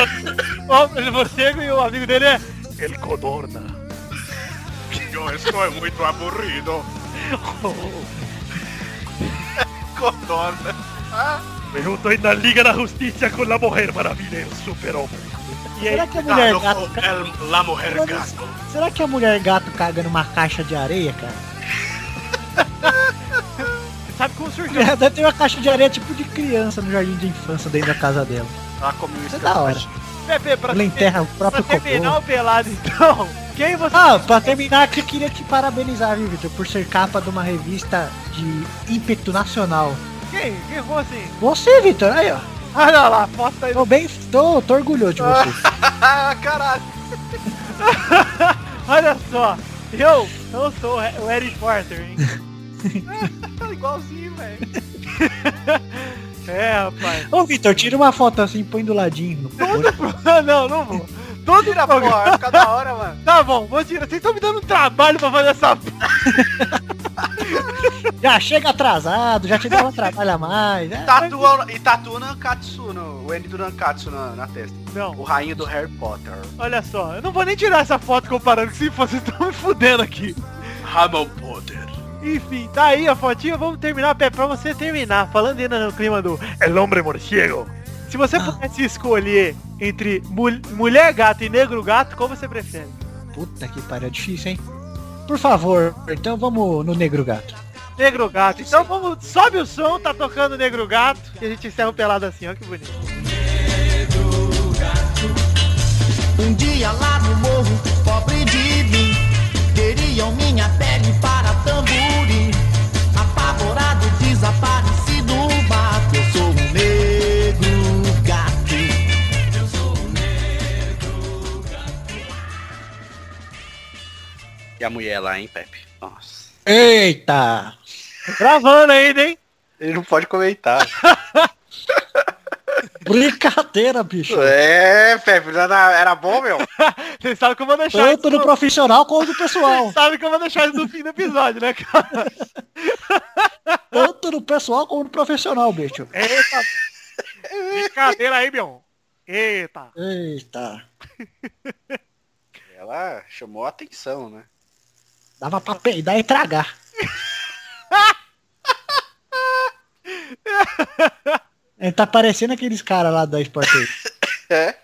Ó, ele morcego e o amigo dele é
el codorna.
Eu estou muito aburrido. Codorna.
Me junto en la Liga de la Justicia con la Mujer Maravilla, el superhombre.
Será que a mulher gato.
La Mujer
Eu não- Será que a mulher é gato caga numa caixa de areia, cara?
Sabe como surgiu?
Ela deve ter uma caixa de areia tipo de criança no jardim de infância dentro da casa dela.
Ela comeu
Isso é
isso.
da hora.
Pepe, pra,
Ela enterra o
pra
próprio
terminar
cocô.
o pelado, então, quem você
Ah, pra terminar aqui, eu queria te parabenizar, viu, Vitor, por ser capa de uma revista de ímpeto nacional.
Quem? Quem foi assim?
Você, Vitor, aí, ó.
Olha lá, posta aí.
Tô bem, tô, tô orgulhoso de você.
Ah, caralho.
Olha só. Eu não sou o Harry Potter, hein? tá
Igualzinho, velho.
É, rapaz.
Ô, Vitor, tira uma foto assim, põe do ladinho.
Ah, não, não vou. Todo
Tira, porra. Fica da hora, mano.
Tá bom, vou tirar. Vocês estão me dando trabalho pra fazer essa p-
Já chega atrasado, já te dá um trabalho a mais. né?
Tatua, e tatua Nankatsu, no, o N do Nankatsu na, na testa. O
Não,
rainho do Harry Potter.
olha só. Eu não vou nem tirar essa foto comparando que se fosse, vocês estão me fudendo aqui.
Ramon Potter.
Enfim, tá aí a fotinha. Vamos terminar, Pé, pra você terminar. Falando ainda no clima do...
El hombre borciego.
Se você pudesse escolher entre mul- mulher gato e negro gato, qual você prefere?
Puta que pariu, é difícil, hein? Por favor, então vamos no Negro Gato.
Negro Gato. Então vamos, sobe o som, tá tocando Negro Gato e a gente encerra o pelado assim, ó que bonito.
Um dia lá no morro, pobre de mim, queriam minha pele para tamborim. Apavorado, desaparecido, mato. Eu sou um negro gato.
E a mulher lá, hein, Pepe? Nossa.
Eita!
Gravando ainda, hein?
Ele não pode comentar.
Brincadeira, bicho.
É, Pepe, era, era bom, meu.
Vocês sabem que eu vou deixar
Tanto
isso
do
no-
profissional como do pessoal.
Vocês sabem que eu vou deixar isso no fim do episódio, né, cara?
Tanto do pessoal como do profissional, bicho.
Eita! Brincadeira aí, Bion. Eita!
Eita.
Ela chamou a atenção, né?
Dava pra peidar e tragar. Ele tá parecendo aqueles caras lá da Sport TV.
É.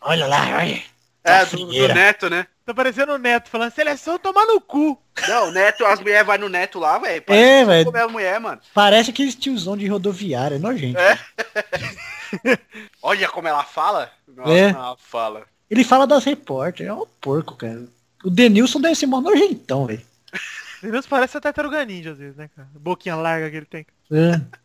Olha lá, olha. Tá
É, do, do
frieira.
Neto, né?
Tá parecendo o Neto falando, seleção tomar no cu.
Não, o Neto, as mulheres vai no Neto lá, velho.
É,
parece que
velho.
Como é a mulher, mano.
Parece aqueles tiozão de rodoviária, é nojento.
Olha como ela fala. Nossa,
É.
ela fala.
Ele fala das repórter, é um porco, cara. O Denilson deve ser mó nojentão, velho.
Ele parece a tartaruga ninja às vezes, né, cara? Boquinha larga que ele tem.
É.